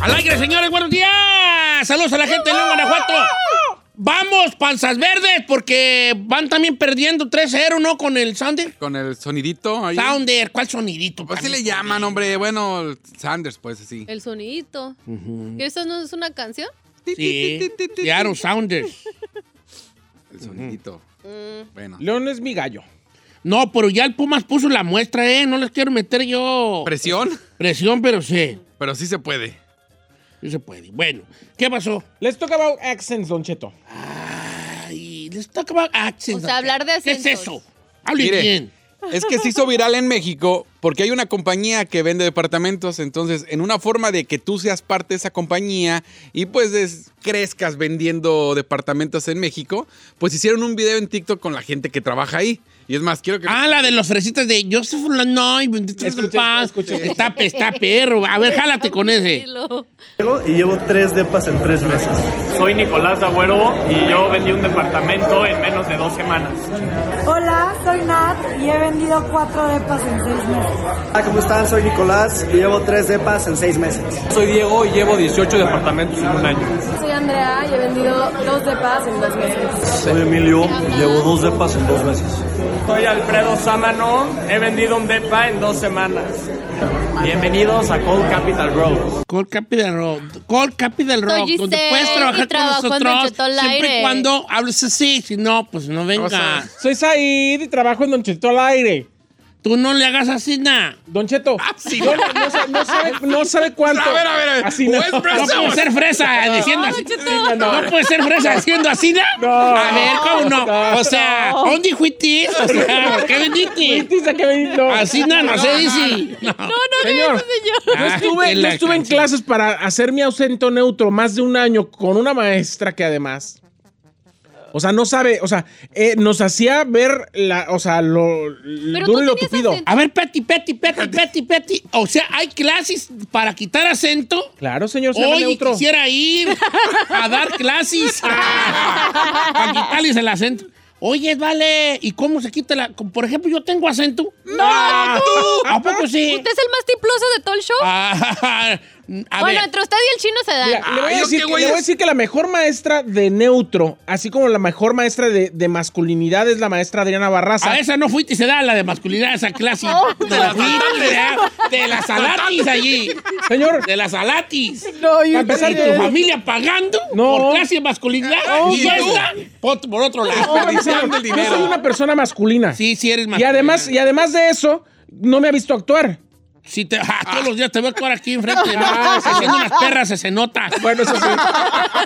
Al aire, señores, buenos días. Saludos a la gente de León, Guanajuato. Vamos, panzas verdes, porque van también perdiendo 3-0, ¿no? Con el Sounder. Con el sonidito ahí. Sounder, ¿cuál sonidito? Pues sí panzas? le llaman, hombre. Bueno, el Sanders, pues así. El sonidito. ¿Que ¿Eso no es una canción? Sí, de Aaron Sounders. El sonidito. Bueno. León es mi gallo. No, pero ya el Pumas puso la muestra, ¿eh? No les quiero meter yo Presión, presión, pero sí, pero sí se puede. sí se puede. Bueno, ¿qué pasó? Let's talk about accents, Don Cheto. Ay, let's talk about accents. O sea, hablar de ¿Qué es acentos. eso? Hable Mire, bien. Es que se hizo viral en México porque hay una compañía que vende departamentos. Entonces, en una forma de que tú seas parte de esa compañía y pues es- crezcas vendiendo departamentos en México, pues hicieron un video en TikTok con la gente que trabaja ahí. Y es más, quiero que. Ah, la de los fresitas de Joseph Lanoy, bendito es el Escuché, paz. escuché. Está, está perro. A ver, jálate con ese. Dilo. y llevo tres depas en tres meses. Soy Nicolás Agüero y yo vendí un departamento en menos de dos semanas. Hola, soy Nat y he vendido cuatro depas en seis meses. Hola, ¿cómo están? Soy Nicolás y llevo tres depas en seis meses. Soy Diego y llevo 18 departamentos en un año. Soy Andrea y he vendido dos depas en dos meses. Soy Emilio y llevo dos depas en dos meses. Soy Alfredo Sámano, he vendido un depa en dos semanas. Bienvenidos a Cold Capital Road. Call Capital Rock. Call Capital Rock. Giselle donde puedes trabajar y trabajo con en Don nosotros. Cheto al Siempre aire. y cuando hables así. Si no, pues no venga. Soy Said y trabajo en Don Cheto al aire. Tú no le hagas así nada. Don Cheto. Ah, pues sí. No, no, no sa- no sabe, no sabe cuánto. A ver, a ver, a ver. Pues, Así no. West pues, No Brazos. puede ser fresa diciendo así. No puede ser fresa haciendo así, ¿no? No. A ver, ¿cómo no? No. O sea, ¿dónde fuiste? O sea, ¿por ¿qué vendiste? Dice que me- no. Así no, no se dice. No. Señor, yo Ay, estuve, Ah, que yo la estuve Ah, en canción. clases para hacerme ausento neutro más de un año con una maestra que además. O sea, no sabe, o sea, eh, nos hacía ver la, o sea, lo Pero duro tú y lo tenías tupido. acento. A ver, Peti, Peti, Peti, Peti, Peti. O sea, hay clases para quitar acento. Claro, señor, se llama Oye, neutro. quisiera ir a dar clases para quitarles el acento. Oye, vale, ¿y cómo se quita la...? Por ejemplo, yo tengo acento. ¡No, ¿A poco sí? ¿Usted es el más tiploso de todo el show? Ah, a bueno, ver, entre usted y el chino se dan. Mira, le, voy Ay, a ¿o decir qué, que, güey, le voy a es? decir que la mejor maestra de neutro, así como la mejor maestra de, de masculinidad es la maestra Adriana Barraza. a esa no fuiste y se da la de masculinidad, esa clase. Oh, te la fuiste, ¿verdad? Te la salatis allí. Señor, Te la salatis. no, yo Para empezar, tu familia pagando No. Ah, por clase de masculinidad No, y no. esta por, por otro lado. desperdiciando el dinero. Yo soy una persona masculina. Sí, sí eres y masculina. además, y además de eso, no me ha visto actuar. Si te, ah, todos los días te veo actuar aquí enfrente de mí, haciendo unas perras se nota. Ah, Bueno, eso sí.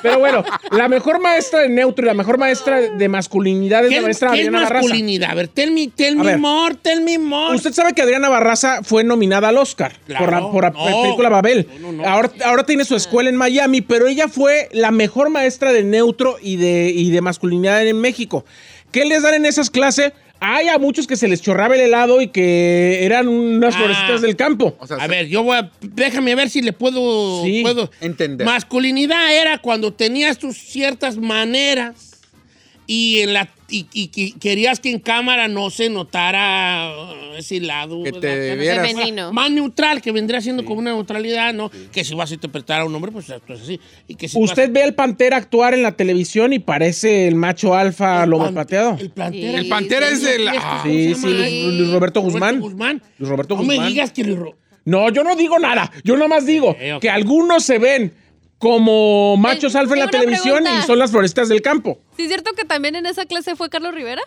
Pero bueno, la mejor maestra de neutro y la mejor maestra de masculinidad es ¿Qué, la maestra qué es Adriana Barraza. masculinidad? A ver, tell me, tell A me ver. more, tell me more. Usted sabe que Adriana Barraza fue nominada al Oscar Claro, por, la, por la no. película Babel. No, no, no. Ahora, ahora tiene su escuela en Miami, pero ella fue la mejor maestra de neutro y de, y de masculinidad en México. ¿Qué les dan en esas clases? Hay a muchos que se les chorraba el helado y que eran unas Ah. florecitas del campo. O sea, a ver, yo voy a, déjame ver si le puedo, Sí, puedo. entender. Masculinidad era cuando tenías tus ciertas maneras y en la y, y- y querías que en cámara no se notara uh, ese lado Que ¿verdad? te no se vieras. fuera Femenino. más neutral que vendría siendo como una neutralidad, ¿no? Que si vas a interpretar a un hombre, pues actúas así. Y que si vas- Usted ve al Pantera actuar en la televisión y parece el macho alfa El lobo pan- pateado. El plantera. Sí. El Pantera es el- ah, Sí, sí, Luis, Luis Roberto Guzmán. Guzmán. Luis Roberto no me Guzmán. digas que Luis Ro- No, yo no digo nada. Yo nomás digo Ok, ok. que algunos se ven como machos Eh, alfa en la tengo una televisión pregunta. y son las florestas del campo. ¿Sí es cierto que también en esa clase fue Carlos Rivera?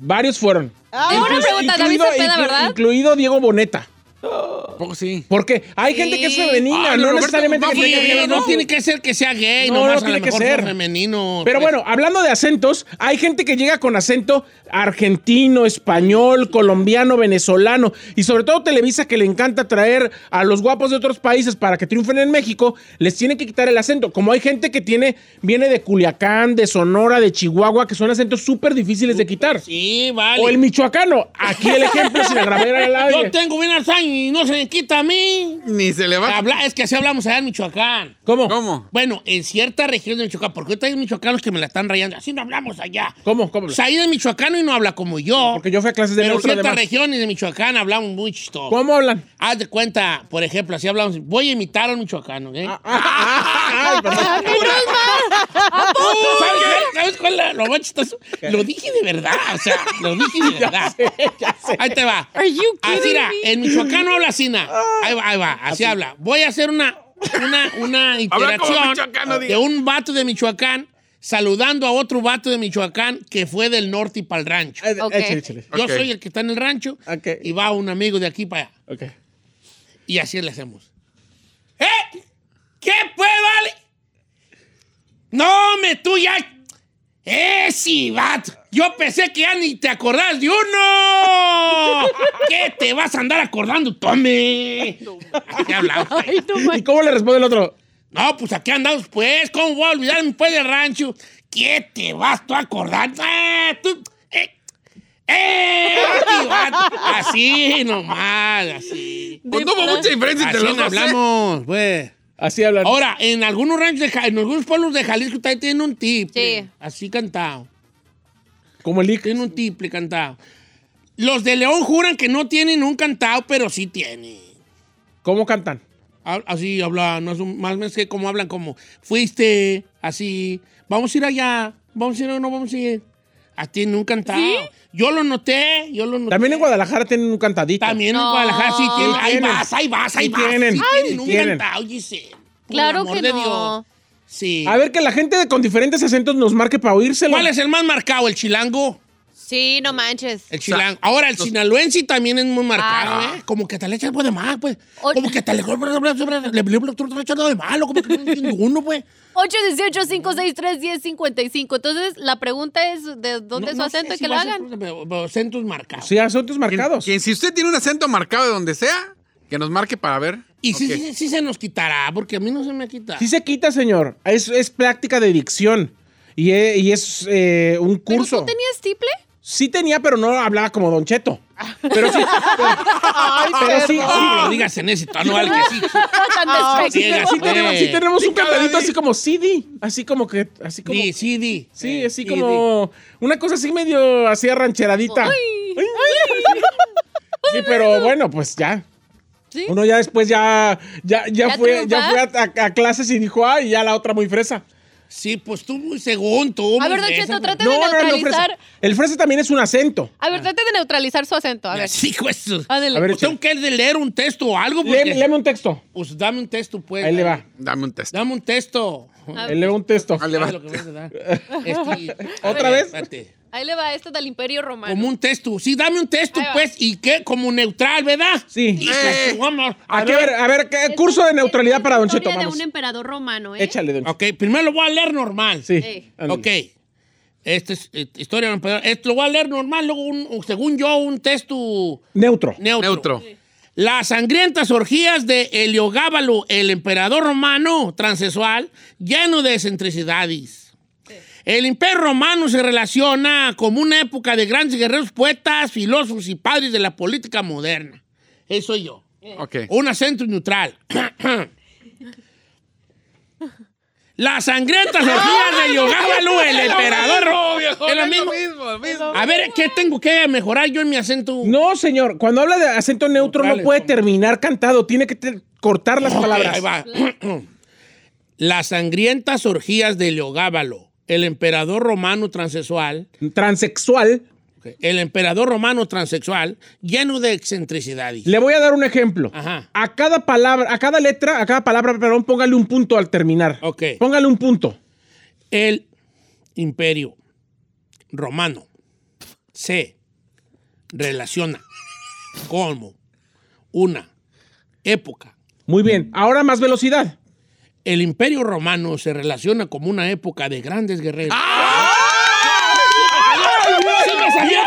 Varios fueron. Tengo una Incluso- Ah, pregunta, David Cepeda, inclu- ¿verdad? Incluido Diego Boneta. tampoco sí. Porque hay Sí. gente que es femenina, Ah, no Roberto necesariamente que Guzmán tenga fue- Sí, género. no tiene que ser que sea gay, No, nomás no a tiene lo que mejor ser. son femenino. Pero pues. bueno, hablando de acentos, hay gente que llega con acento argentino, español, colombiano, venezolano y sobre todo Televisa que le encanta traer a los guapos de otros países para que triunfen en México, les tiene que quitar el acento. Como hay gente que tiene viene de Culiacán, de Sonora, de Chihuahua, que son acentos súper difíciles de quitar. Sí, vale. O el michoacano. Aquí el ejemplo sin agravar al Yo aire. tengo bien Alzheimer y no se me quita a mí. Ni se Ah. le va. Habla- es que así hablamos allá en Michoacán. ¿Cómo? ¿Cómo? Bueno, en cierta región de Michoacán, porque ahorita hay michoacanos que me la están rayando. Así no hablamos allá. ¿Cómo? ¿Cómo? Saída es michoacano y no habla como yo. Porque yo fui a clases de Pero en neutro, ciertas además. regiones de Michoacán hablamos muy chistoso. ¿Cómo hablan? Haz de cuenta, por ejemplo, así hablamos. Voy a imitar a un michoacano, ¿eh? Ah, Ay, perdón. ¿Sabes, sabes cuál es lo más chistoso? Lo dije de verdad, o sea, lo dije de verdad. Ahí te va. Are you Así kidding era, me? Ah, en Michoacán no habla así, na. Ahí va, ahí va, así, habla. Voy a hacer una, una, una Habla como interacción michoacano, diga. de un vato de Michoacán saludando a otro vato de Michoacán que fue del norte y para el rancho. Ay, Ok. ah, Échale, échale. Yo Ok. soy el que está en el rancho Ok. y va un amigo de aquí para allá. Ok. Y así le hacemos. ¿Eh? ¿Qué pues, vale? No, me tú ya. ¡Eh, sí, vato! Yo pensé que ya ni te acordás de uno. ¿Qué te vas a andar acordando, Tome? Así hablamos. ¿Y cómo le responde el otro? No, pues aquí andamos, pues. ¿Cómo voy a olvidarme, pues, del rancho? ¿Qué te vas tú a acordar? Ah, tú, eh, eh, sí, vato. Así nomás, así. Pues no hubo mucha diferencia entre Así los no dos. ¿eh? hablamos, pues. Así hablan. Ahora, en algunos ranchos de Ja- en algunos pueblos de Jalisco también tienen un tiple. Sí. Así cantado. Como el Ica. Tienen un tiple cantado. Los de León juran que no tienen un cantado, pero sí tienen. ¿Cómo cantan? Hab- Así hablan, no es un- más o menos que como hablan como, fuiste, así, vamos a ir allá, vamos a ir o no vamos a ir. Así tienen un cantado. Yo lo noté, yo lo noté. También en Guadalajara tienen un cantadito. También en No. Guadalajara sí tienen. Sí Ahí tienen. vas, ahí vas, ahí Sí vas. tienen. Sí Ay, tienen un tienen. cantado, Giselle. Por Claro amor que de no. Dios. Sí. A ver, que la gente con diferentes acentos nos marque para oírselo. ¿Cuál es el más marcado? ¿El chilango? Sí, no manches. El chilango. Ahora, el sinaloense también es muy marcado, Ah. ¿eh? Como que te le echan por demás, pues. O- Como que te le le le echan de malo, como que no entiendo uno, pues. 818-563-1055. Entonces, la pregunta es de No- dónde es su no acento sé y si que lo va a ser hagan. problema, pero- pero Acentos marcados. Sí, acentos marcados. Que si usted tiene un acento marcado de donde sea, que nos marque para ver. Y sí, Ok. sí, sí se nos quitará, porque a mí no se me quita. Sí se quita, señor. Es, es práctica de dicción. Y e- y es, eh, un ¿Pero curso. tú tenías tiple? Sí tenía, pero no hablaba como Don Cheto. Pero sí. pero sí. No me lo digas en ese tono, al que sí. Tan sí, despectivo. así Sí tenemos, sí tenemos un Dígale, cantadito di. así como CD. Así como que. Así como. Di, sí, di. Sí, Eh, así sí, di. como. Una cosa así medio así arrancheradita. Ay. Sí, pero bueno, pues ya. Sí. Uno ya después ya, ya, ya, ¿Ya fue, ya fue triunfar? a, a- a clases y dijo, ay, ya la otra muy fresa. Sí, pues tú, muy según tú. A muy ver, Don de Cheto, esa, trate No, de no, no, neutralizar. fresa. El fresa también es un acento. A ver, trate de neutralizar su acento. A ver. Sí, pues. Ándele. A ver, Pues tengo que leer un texto o algo, porque... Léeme, léeme un texto. Pues dame un texto, pues. Ahí le va. Dame un test. Dame un texto. Ah, Ahí le va un texto. Dale, va. Dame lo que me vas a dar. Este, ¿Otra espérate, vez? espérate. Ahí le va esto del Imperio Romano. Como un texto. Sí, dame un texto, Ahí va. pues. ¿Y qué? Como neutral, ¿verdad? Sí. Eh. Hijo de su amor. A ver, a ver, ¿qué Este Es curso una- de neutralidad es para una Don Cheto? historia de Vamos. un emperador romano, ¿eh? Échale, Don Cheto. Ok, primero lo voy a leer normal. Eh, Sí. Sí. ándale. Ok. Esta es eh, historia de un emperador. Esto lo voy a leer normal, luego, un- según yo, un texto Neutro. neutro. Neutro. Las sangrientas orgías de Heliogábalo, el emperador romano transexual, lleno de excentricidades. El imperio romano se relaciona como una época de grandes guerreros, poetas, filósofos y padres de la política moderna. Eso soy yo. Ok. Un acento neutral. Las sangrientas orgías de Heliogábalo, el emperador. viejo, ¿Es lo es mismo? mismo, mismo. A ver, ¿qué tengo que mejorar yo en mi acento? No, señor. Cuando habla de acento neutro Neutrales, no puede Oh. hombre. terminar cantado. Tiene que te- cortar las Ok, palabras. ahí va. Las sangrientas orgías de Leogábalo, el emperador romano transexual, Transexual. el emperador romano transexual, lleno de excentricidades. Le voy a dar un ejemplo. Ajá. A cada palabra, a cada letra, a cada palabra, perdón, póngale un punto al terminar. Ok. Póngale un punto. El imperio romano se relaciona como una época. Muy bien. Ahora más velocidad. El imperio romano se relaciona como una época de grandes guerreros. ¡Sí me salió!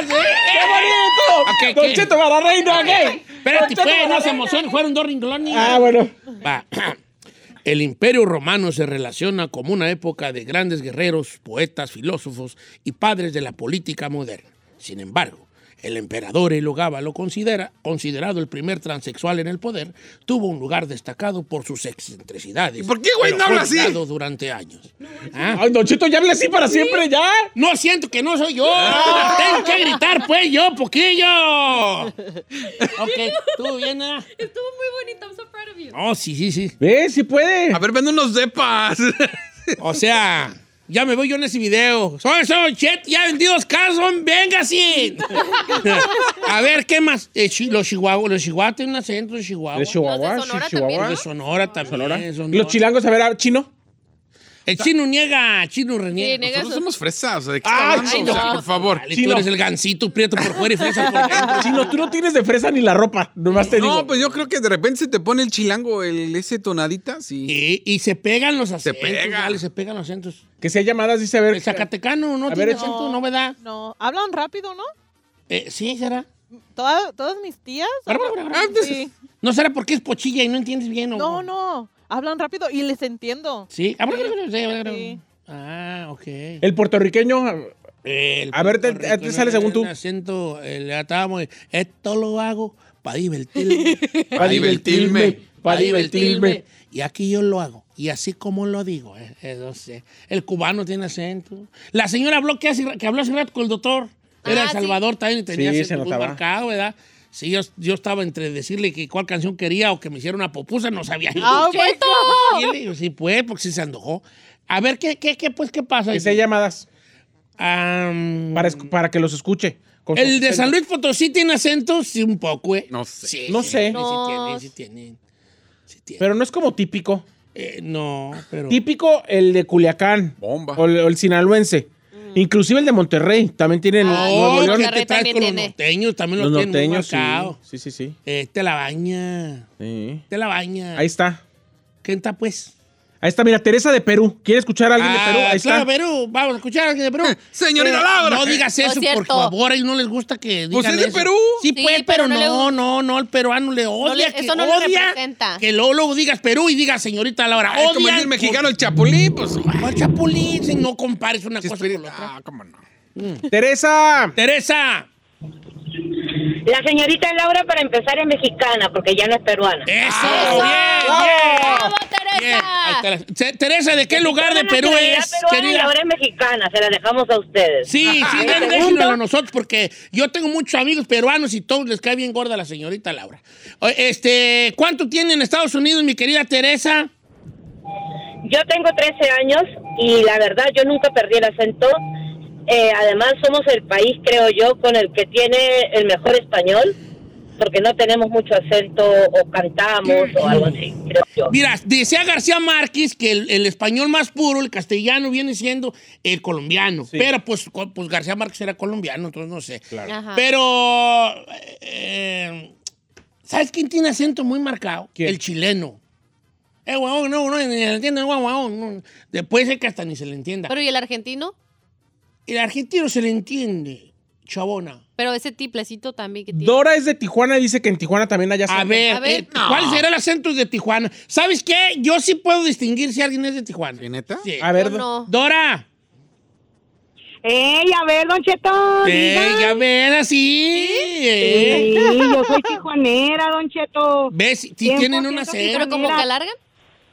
¡Qué bonito! Ok, Don ¿qué? Cheto para reina, ¿qué? Espérate, Don Cheto pues, no para se reina. emocionen, fueron dos renglones. Ah, bueno. Va. El imperio romano se relaciona como una época de grandes guerreros, poetas, filósofos y padres de la política moderna. Sin embargo, El emperador Elo Gaba lo considera, considerado el primer transexual en el poder, tuvo un lugar destacado por sus excentricidades. ¿Y por qué, güey, pero no fue habla así? olvidado durante años. ¿Ah? Ay, Don Cheto, ya habla así para siempre, ya. No siento que no soy yo. Ah. Tengo que gritar, pues, yo, poquillo. ok, tú vienes. Estuvo muy bonito, I'm so proud of you. Oh, sí, sí, sí. ¿Ves? Sí puede. A ver, vende unos depas. O sea, ya me voy yo en ese video. Soy, soy, chet, ya vendí dos casas, son, venga, sí. A ver, ¿qué más? Eh, chi- los chihuahuas, los chihuahuas tienen un acento de chihuahua. De Chihuahua, Los de Sonora sí, Chihuahua. De Sonora también. Sonora. Los chilangos, a ver, a- chino. El chino niega, chino reniega. Sí, niega Nosotros eso. somos fresas. ¿De qué Ah, está hablando? chino. O sea, por favor. Vale, tú Chino. eres el gancito prieto por fuera y fresa por dentro. Chino, tú no tienes de fresa ni la ropa. Nomás te digo. No, pues yo creo que de repente se te pone el chilango, el, ese tonadita, sí. Y, y se pegan los acentos. pega. vale, se pegan los acentos. Que sea llamadas, dice, a ver. El Zacatecano no A tiene ver, echa. acento, no me da. No, hablan rápido, ¿no? Eh, sí, será. Toda- todas mis tías. Ah, Sí. No será porque es pochilla y no entiendes bien. o- No, no, hablan rápido y les entiendo. Sí. Ah, bueno, bueno, sí, bueno. Sí. Ah, ok. El puertorriqueño. eh, El A ver, te- Puerto Rico te sale según tú. tiene acento, eh, le atábamos, Esto lo hago para divertirme. Para divertirme. Para divertirme. Y aquí yo lo hago. Y así como lo digo. eh, eh, no sé. El cubano tiene acento. La señora habló que, hace, que habló hace rato con el doctor. Era Ah, El Salvador también y tenía Sí, se acento muy notaba. marcado, ¿verdad? Sí, yo, yo estaba entre decirle que cuál canción quería o que me hiciera una popusa, no sabía. ¡Ah, my God! Sí, le digo, sí, pues, porque sí se antojó. A ver, ¿qué, qué, qué, pues, qué pasa? Que sea llamadas. Am, Para, escu- para que los escuche. con su ¿El de acento. San Luis Potosí tiene acento? Sí, un poco, ¿eh? No sé. Sí, No sí, sé. Sí, No. tiene, sí tiene. Sí tiene. Pero no es como típico. Eh, no, pero... Típico el de Culiacán. Bomba. O el, o el sinaloense. Mm. Inclusive el de Monterrey. También tienen. Ah, Oh, Nuevo León. ¿qué Monterrey te traes también con los tiene. norteños? También Los los, tienen muy norteños, sí. marcados. Sí, sí, sí. Eh, te la baña. Sí. Te la baña. Ahí está. ¿Qué está, pues? Ahí está, mira, Teresa de Perú. ¿Quiere escuchar a alguien de Ah, Perú? Ahí claro, está. Perú. Vamos a escuchar a alguien de Perú. Señorita Eh, Laura. No digas No es eso, por cierto. favor. A ellos no les gusta que digan Pues es de eso. Perú. Sí, Sí, pues, pero, pero no le no, gusta. no, no, el peruano le odia. le- que eso no le odia representa. Que luego, luego digas Perú y digas señorita Laura. Ah, Es como Odian decir con- mexicano el chapulín, pues. ah, No, Chapulín, si no compares una cosa con la otra. Ah, cómo no. Teresa. Teresa, La señorita Laura, para empezar, es mexicana, porque ya no es peruana. eso, Ah, ¡Eso! bien, ¡Bravo, bien, bien. Ahí ¡Oh, Teresa! está la- Se- Teresa, ¿de qué lugar de Tiene Perú nacionalidad es, peruana Y querida? ahora es mexicana, se la dejamos a ustedes. Sí, sí, Ajá. dé- ¿Y déjenoslo segundo? a nosotros porque yo tengo muchos amigos peruanos y todos les cae bien gorda la señorita Laura. O- Este, ¿cuánto tiene en Estados Unidos, mi querida Teresa? Yo tengo 13 años y la verdad yo nunca perdí el acento. Eh, además somos el país, creo yo, con el que tiene el mejor español, porque no tenemos mucho acento o cantamos o algo así, creo yo. Mira, decía García Márquez que el, el español más puro, el castellano, viene siendo el colombiano. Pero pues, co- pues García Márquez era colombiano, entonces no sé. Ajá. Pero, eh, ¿sabes quién tiene acento muy marcado? ¿Quién? El chileno. Eh, huevón, no, no, ni se le entiende, guau, huevón, no. Después es que hasta ni se le entienda. Pero ¿y el argentino? El argentino se le entiende, chabona. Pero ese tiplecito también que tiene. Dora es de Tijuana y dice que en Tijuana también hay A acento. ver, A ver. eh, ¿cuál será el acento de Tijuana? ¿Sabes qué? Yo sí puedo distinguir si alguien es de Tijuana. ¿Sí, neta? Sí. A ver, Yo no. Dora. ¡Ey, a ver, Don Cheto! Eh, ya ver, así. eh. yo soy tijuanera, Don Cheto. ¿Ves? Sí tienen una 100% sed. Pero como Mira. que alargan.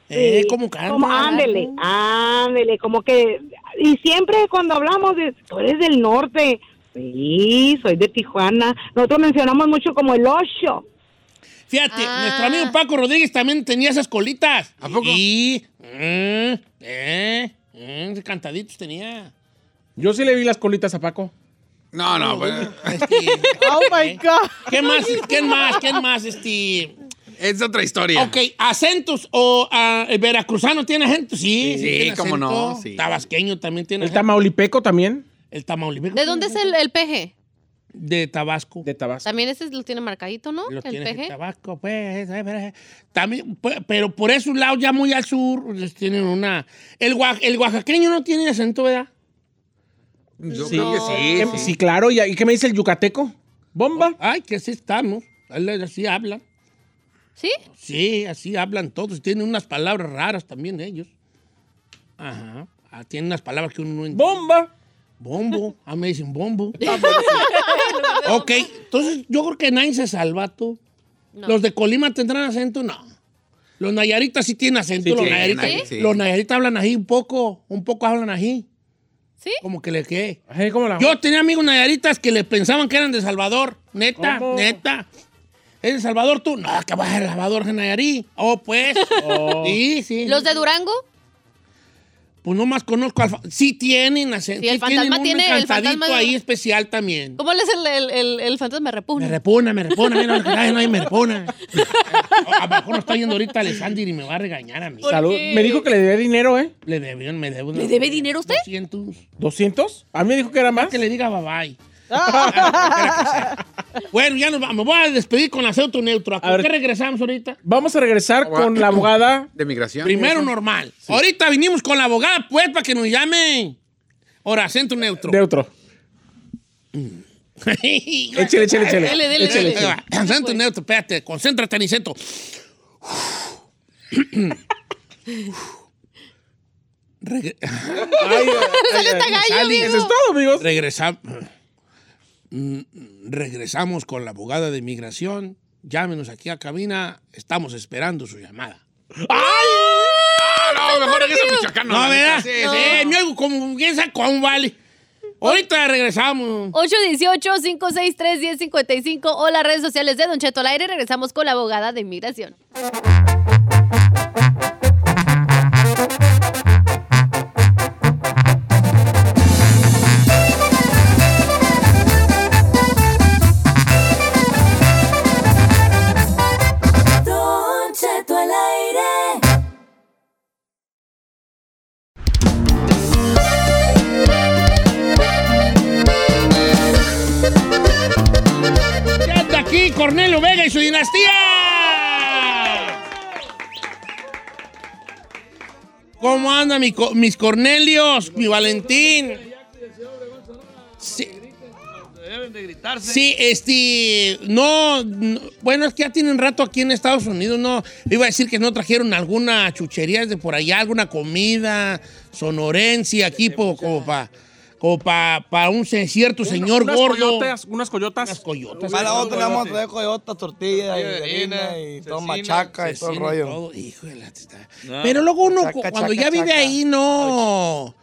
Eh, como canta. Como, ándele, ándele, como que... Y siempre cuando hablamos de, tú eres del norte. Sí, soy de Tijuana. Nosotros mencionamos mucho como el ocho. Fíjate, Ah. nuestro amigo Paco Rodríguez también tenía esas colitas. ¿A poco? Y. mm, eh, mm, cantaditos tenía. yo sí le vi las colitas a Paco. No, no, pues, Este, Oh my God. ¿Qué más? ¿Quién más? ¿Quién más? Este. es otra historia. Ok, acentos o ah, el veracruzano tiene acento, sí. Sí, tiene cómo acento. no, sí. Tabasqueño también tiene El acento. Tamaulipeco también. el Tamaulipeco. ¿De dónde es el, el peje? De Tabasco. De Tabasco. También ese lo tiene marcadito, ¿no? Los el tienes en peje. Tabasco, pues. eh, pero, eh, También, pues, pero por esos lados, ya muy al sur, les tienen una. El, oa- el oaxaqueño no tiene acento, ¿verdad? Yo Sí. creo que Eh, sí. Sí, sí. claro. ¿Y, ahí qué me dice el yucateco? Bomba. Ay, que así estamos. Él- él Así hablan. ¿Sí? Sí, así hablan todos. Tienen unas palabras raras también ellos. Ajá. Ah, tienen unas palabras que uno no entiende. Bomba. Bombo. A mí me dicen bombo. ok, entonces yo creo que nadie se salva, tú. No. ¿Los de Colima tendrán acento? No. Los nayaritas sí tienen acento. Sí los, tienen, nayaritas, sí. los nayaritas hablan ají un poco, un poco hablan ají. ¿Sí? Como que le quede. Ay, ¿cómo la- Yo tenía amigos nayaritas que le pensaban que eran de Salvador. Neta, ¿Cómo? neta. ¿Es de Salvador tú? No, que vas a Salvador de Nayarit. Oh, pues. Sí, sí. ¿Los de Durango? Pues nomás conozco al... fa- Sí tienen acento. Sí, el tienen fantasma un tiene- el cantadito fantasma- ahí especial también. ¿Cómo le es el, el, el, el fantasma de Me repugna? repona, me repona. Mira, ay, no, ay, me repona. Abajo no está yendo ahorita Alessandri y me va a regañar a mí. ¿Por Salud. qué? Me dijo que le debía dinero, ¿eh? Le debe, me debe, ¿Le debe dinero usted? 200. ¿200? A mí me dijo que era más. Que le diga bye bye. Ah, Bueno, ya nos vamos. Me voy a despedir con acento neutro. ¿A, A ver. qué regresamos ahorita? Vamos a regresar con la abogada. De migración. Primero normal. Ahorita vinimos con la abogada, pues, para que nos llame. Ahora, acento neutro. De otro. Échele, échele, échele. Dele, dele, Échele, dele. échele. Ahí va. Acento neutro, espérate, concéntrate, Aniceto. Regre- Ay, ay, ay, Está ay. gallo, Sally. Eso es todo, amigos. Regresa- Mm, Regresamos con la abogada de migración. Llámenos aquí a cabina. Estamos esperando su llamada. ¡Ah, No, mejor en ese michoacano. No, la neta, ¿verdad? sí, Sí, me oigo como piensa cómo vale. Ahorita regresamos. 818-563-1055 o las redes sociales de Don Cheto al aire. Regresamos con la abogada de inmigración. Don Cheto al aire. Ya está aquí Cornelio Vega y su dinastía. ¿Cómo andan mi co- mis Cornelios, mi Valentín? Sí. Sí, este, no, no, bueno, es que ya tienen rato aquí en Estados Unidos, no, iba a decir que no trajeron alguna chuchería de por allá, alguna comida sonorense aquí, po- como para como pa, pa un se- cierto señor unas gordo. Coyotas, unas coyotas. Unas coyotas. Para otro le vamos a traer coyotas, tortillas, y harina, y todo machaca, y todo el Asesino, rollo. todo. Hijo de la teta. Pero luego uno, Chaca, cu- chaca, cuando ya vive chaca. ahí, no,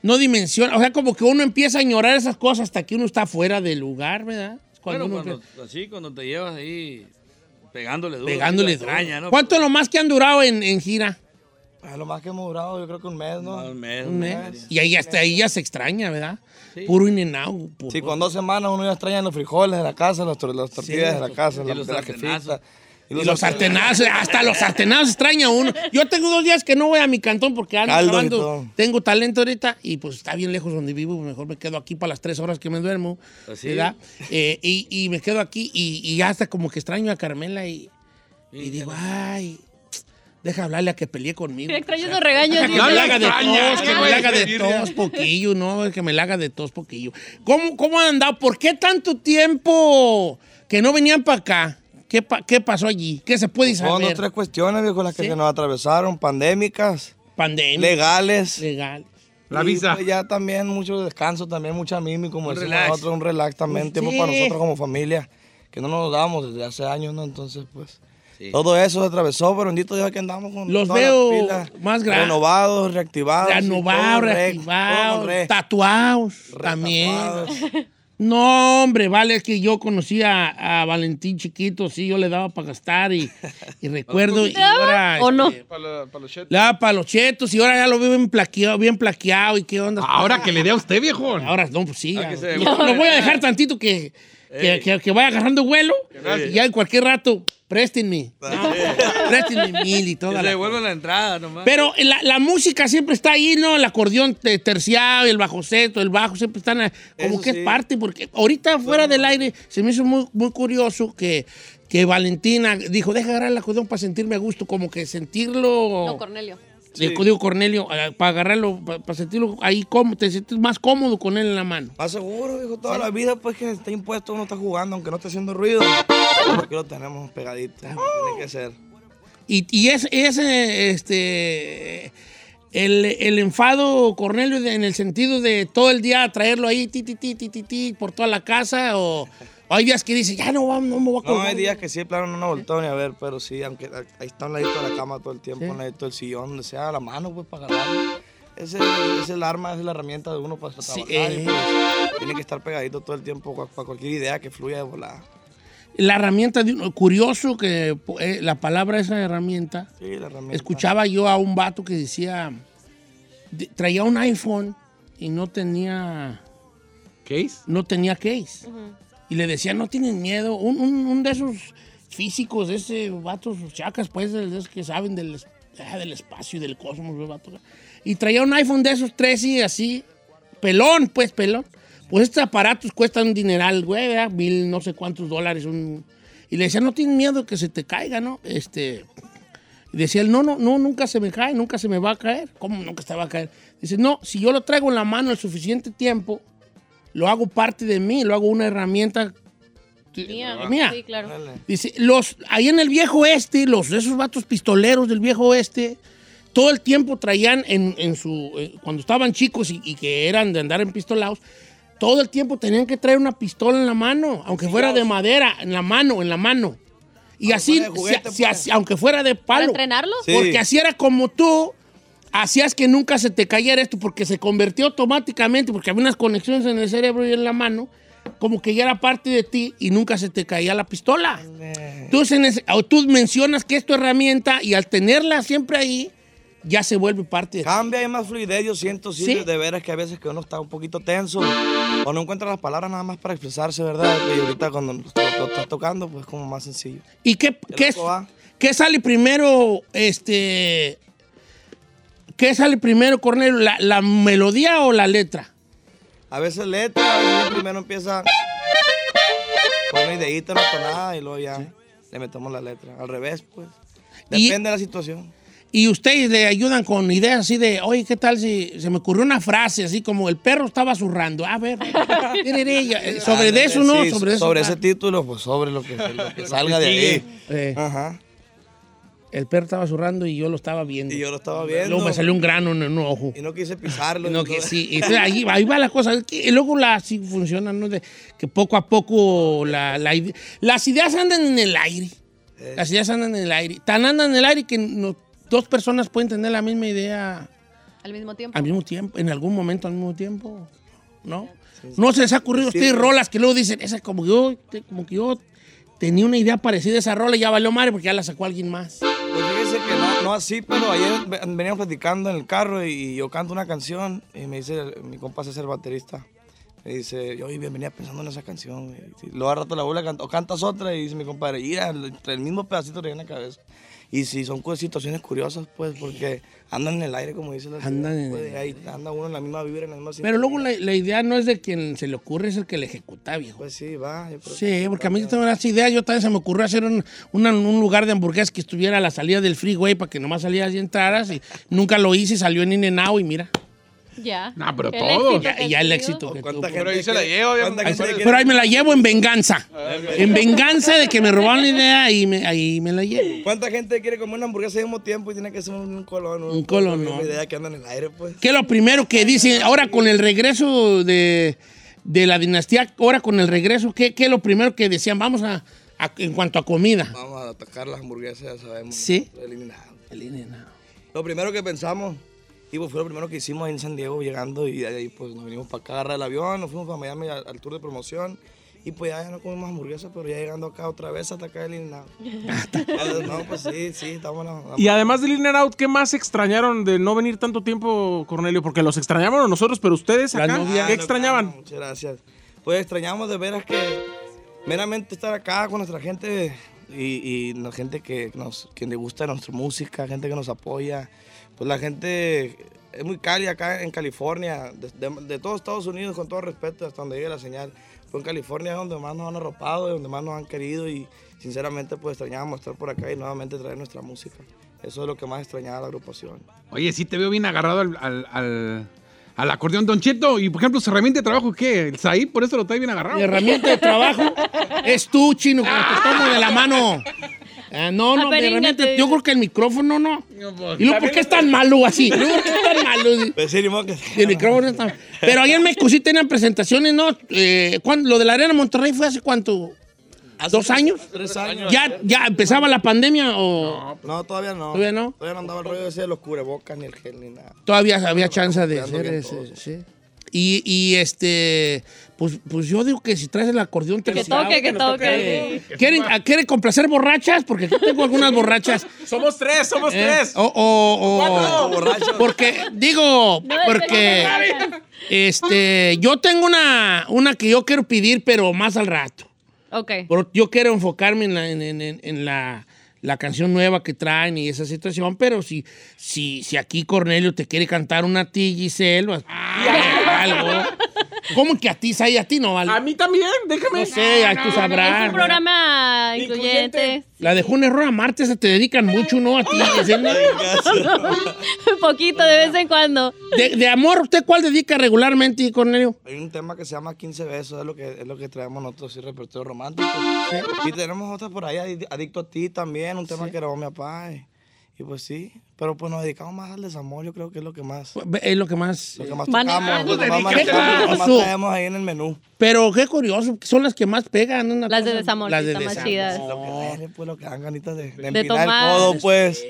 no dimensiona. O sea, como que uno empieza a ignorar esas cosas hasta que uno está fuera del lugar, ¿verdad? Es Cuando uno empieza- así, cuando te llevas ahí pegándole duro. pegándole. te extraña, duro. ¿no? ¿Cuánto es lo más que han durado en, en gira? A lo más que hemos durado, yo creo que un mes, Ah, ¿no? un mes, Un un mes. mes. ¿Eh? Y ahí hasta ahí ya se extraña, ¿verdad? Puro in and out, puro- Sí, con dos semanas uno ya extraña los frijoles de la casa, los tor- las tortillas de la casa, las los de la sartenazos. jefita. Y los sartenazos, hasta los sartenazos extraña uno. Yo tengo dos días que no voy a mi cantón porque ando Caldo y trabajando. todo. Tengo talento ahorita y pues está bien lejos donde vivo. Mejor me quedo aquí para las tres horas que me duermo. Así. ¿verdad? Eh, y, y me quedo aquí y, y ya hasta como que extraño a Carmela y, y digo, ay, deja hablarle a que peleé conmigo. Extraño esos regaños. Que me la haga de extraña, tos, que ¿eh? me la haga de tos poquillo, ¿no? Que me la haga de tos poquillo. ¿Cómo, cómo han andado? ¿Por qué tanto tiempo que no venían para acá? ¿Qué, pa- qué pasó allí? ¿Qué se Pues, puede Son dos, saber? tres cuestiones, viejo, las que Sí. se nos atravesaron, pandémicas, Pandemia. legales. Legal. La Y, visa. pues, ya también mucho descanso, también mucha mimi, como Un decimos relax. nosotros, un relax también, Pues, tiempo sí. para nosotros como familia, que no nos dábamos desde hace años, ¿no? Entonces, pues, Sí. todo eso se atravesó, pero bendito Dios que andamos con Los todas las veo pilas más gra- Renovados, Ah, reactivados. y todo Renovados, re- todo reactivados, re- tatuados también. retatuados. No, hombre, vale, es que yo conocí a, a Valentín chiquito, sí, yo le daba para gastar y, y recuerdo. y ahora, ¿O no? este, Le daba para los chetos y ahora ya lo veo bien plaqueado, bien plaqueado y qué onda. Ahora que le dé a usted, viejo. Ahora, no, pues sí. Ah, ya. que se- Lo, lo voy a dejar tantito que, que, que- que vaya agarrando vuelo y ya en cualquier rato, préstenme. No, préstenme mil y Que toda se la devuelve la entrada nomás. pero la, la música siempre está ahí, ¿no? El acordeón te- terciado, el bajo seto, el bajo, siempre están a- como Eso que es sí. parte, porque ahorita fuera del aire se me hizo muy, muy curioso que, que Valentina dijo, deja agarrar el acordeón para sentirme a gusto, como que sentirlo... No, Cornelio. Digo, digo, Cornelio, eh, para agarrarlo, pa- para, sentirlo ahí, cómodo, te sientes más cómodo con él en la mano. Más seguro, viejo, toda la vida, pues, que está impuesto, uno está jugando, aunque no esté haciendo ruido. Aquí lo tenemos pegadito, tiene que ser. Y, y es- ese, eh, este, el, el enfado, Cornelio, de- en el sentido de todo el día traerlo ahí, ti, ti, ti, ti, ti, ti, por toda la casa, o, o hay días que dice, ya no, va- no me voy a No, colgar. hay días que sí, de plano no nos voltamos ni a ver, pero sí, aunque a- ahí está un ladito de la cama todo el tiempo, un ladito del sillón, donde sea, la mano, pues, para agarrarlo. Ese es el arma, esa es la herramienta de uno para trabajar. y, pues, tiene que estar pegadito todo el tiempo cua- para cualquier idea que fluya de volada. La herramienta de uno, curioso que eh, la palabra esa herramienta, Sí, la herramienta. escuchaba yo a un vato que decía, de- traía un iPhone y no tenía... ¿Case? No tenía case. Y le decía, no tienen miedo. Un, un- un de esos físicos, de ese vatos chacas, pues, de esos que saben del, es- ah, del espacio y del cosmos, los vatos. Y traía un iPhone de esos tres y así, pelón, pues, pelón. Pues estos aparatos cuestan un dineral, güey, ¿verdad? mil no sé cuántos dólares. un- Y le decía, no tienen miedo que se te caiga, ¿no? Este... Y decía él, no, no, no, nunca se me cae, nunca se me va a caer. ¿Cómo nunca se va a caer? Dice, no, si yo lo traigo en la mano el suficiente tiempo, lo hago parte de mí, lo hago una herramienta Mía. Mía. Sí, claro. Dice, los, ahí en el viejo oeste, los, esos vatos pistoleros del viejo oeste, todo el tiempo traían en, en su, eh, cuando estaban chicos y, y que eran de andar en pistolados, todo el tiempo tenían que traer una pistola en la mano, aunque fuera de madera, en la mano, en la mano. Y así, fuera de juguete, pues. se- se hacía- aunque fuera de palo. entrenarlos? Sí. Porque así era como tú hacías que nunca se te cayera esto, porque se convirtió automáticamente, porque había unas conexiones en el cerebro y en la mano, como que ya era parte de ti y nunca se te caía la pistola. Tú, se nece- o tú mencionas que es tu herramienta y al tenerla siempre ahí, ya se vuelve parte de ti. Cambia, hay más fluidez, yo siento, sí, de veras que a veces que uno está un poquito tenso o no encuentra las palabras nada más para expresarse, ¿verdad? Y ahorita cuando lo, lo estás tocando, pues como más sencillo. ¿Y qué, qué, qué sale primero, este... ¿Qué sale primero, Cornelio? ¿La, la melodía o la letra? A veces letra, a veces primero empieza con una ideita, una tonada y luego ya le metemos la letra. Al revés, pues. Depende de la situación. Y ustedes le ayudan con ideas así de, oye, ¿qué tal si se me ocurrió una frase así como el perro estaba zurrando? A ver, tiriri, ya, eh, sobre de eso, ¿no? Sí, sobre eso. ah. ese título, pues sobre lo que, lo que salga de ahí. Ajá. Eh, El perro estaba zurrando y yo lo estaba viendo. Y yo lo estaba viendo. Luego me salió un grano en un ojo. Y no quise pisarlo. No, que sí. Y entonces ahí, va- ahí va la cosa. Y luego la, sí funciona, ¿no? De, que poco a poco la, la ide- las ideas andan en el aire. Eh. Las ideas andan en el aire. Tan andan en el aire que no- dos personas pueden tener la misma idea Al mismo tiempo. al mismo tiempo, en algún momento al mismo tiempo. ¿No? ¿No se les ha ocurrido a ustedes rolas que luego dicen, esa como que yo, te- como que yo tenía una idea parecida a esa rola y ya valió madre porque ya la sacó alguien más? Pues fíjese que no, no así, pero ayer ve- veníamos platicando en el carro y yo canto una canción y me dice, mi compa es el baterista. Me dice, yo bien, venía pensando en esa canción. güey". Y luego al rato la abuela canta, o cantas otra y dice mi compadre, mira, el- entre el mismo pedacito le viene en la cabeza. Y si son cu- situaciones curiosas, pues, porque andan en el aire, como dice la Andan en pues, el ahí anda uno en la misma vibra, en la misma Pero luego la, la idea no es de quien se le ocurre, es el que la ejecuta, viejo. Pues sí, va. yo creo Sí, que- porque a mí tengo unas ideas. Yo también se me ocurrió hacer un, una- un lugar de hamburguesas que estuviera a la salida del freeway para que nomás salías y entraras. Y nunca lo hice, salió en Inenao y mira. Ya. No, pero El todo. éxito que Ya, has ya el tenido. éxito. Que tuvo. Pero ahí se la lleva, Pero ahí me la llevo en venganza. En venganza de que me robaron la idea, ahí me, ahí me la llevo. ¿Cuánta gente quiere comer una hamburguesa al mismo tiempo y tiene que ser un colón? Un colón, Una no. idea que anda en el aire, pues. Que lo primero que dicen, ahora con el regreso de, de la dinastía, ahora con el regreso, ¿qué, qué es lo primero que decían? Vamos a, a- en cuanto a comida. Vamos a atacar las hamburguesas, ya sabemos. Sí. Eliminado. Eliminado. Lo primero que pensamos, y pues fue lo primero que hicimos ahí en San Diego llegando y de ahí pues nos vinimos para acá, agarrar el avión, nos fuimos para Miami al, al tour de promoción. Y pues ya, ya no comimos hamburguesas, pero ya llegando acá otra vez hasta acá eliminado. no, pues sí, sí, estamos... en la- Y además del In and Out, ¿qué más extrañaron de no venir tanto tiempo, Cornelio? Porque los extrañaban a nosotros, pero ustedes Ah, acá, novia. ¿qué extrañaban? Muchas gracias. Pues extrañamos de veras que meramente estar acá con nuestra gente y, y la gente que nos que le gusta nuestra música, gente que nos apoya. Pues la gente es muy cálida acá en California, de, de- de todos Estados Unidos, con todo respeto, hasta donde llegue la señal. Fue en California donde más nos han arropado, donde más nos han querido y sinceramente pues extrañábamos estar por acá y nuevamente traer nuestra música. Eso es lo que más extrañaba la agrupación. Oye, sí te veo bien agarrado al, al, al- al acordeón, Don Cheto. Y, por ejemplo, su herramienta de trabajo, ¿qué? El Saí, por eso lo trae bien agarrado. Mi herramienta de trabajo es tú, chino, cuando te tomo de la mano. Ah, no, no, Aperíngate, realmente, yo dice. creo que el micrófono no. ¿Y luego por qué es tan malo así? ¿Y luego por qué es tan malo? Pues sí, ni modo que- El micrófono está- Pero ayer en México sí tenían presentaciones, ¿no? Eh, ¿cuándo? Lo de la Arena Monterrey fue hace cuánto? ¿Dos años? Tres años. ¿Ya, ¿Ya empezaba la pandemia o No, todavía no. Todavía no. Todavía no andaba el rollo ese de los cubrebocas ni el gel ni nada. todavía había chance de Ando hacer bien ese? sí? Y, y, este, pues, pues yo digo que si traes el acordeón te Que lo- toque, que toque. ¿Quieren, a- ¿Quieren complacer borrachas? Porque aquí tengo algunas borrachas. Somos tres, somos ¿eh? tres. O, o, o- Porque, digo, No, porque este, yo tengo una, una que yo quiero pedir, pero más al rato. Ok. Pero yo quiero enfocarme en la, en, en- en- en la, la canción nueva que traen y esa situación, pero si, si, si aquí Cornelio te quiere cantar una a ti, Giselle, vas- algo. ¿Cómo que a ti, Say? A ti no, vale. A mí también, déjame. No sé, ahí tú Ah, Es sabrás. un programa incluyente. La de un error a Marte se te dedican mucho, ¿no? A ti, Giselle. Un poquito de vez en cuando. De, de amor, ¿usted cuál dedica regularmente, Cornelio? Hay un tema que se llama 15 besos, es lo que, es lo que traemos nosotros, sí, repertorio romántico. Y tenemos otra por ahí, Adi- Adicto a ti también, un tema que grabó mi papá. Y, y pues sí, pero pues nos dedicamos más al desamor, yo creo que es lo que más, lo Es lo que más. que más Van- tocamos, Ah, lo que más, dedícate manejamos, a lo que más eso. traemos ahí en el menú. Pero qué curioso, que son las que más pegan. una Las de cosa- desamor, Las sí, de están más desamor. chidas. Lo que, pues, lo que dan ganitas de, de De empinar tomar. el codo, pues.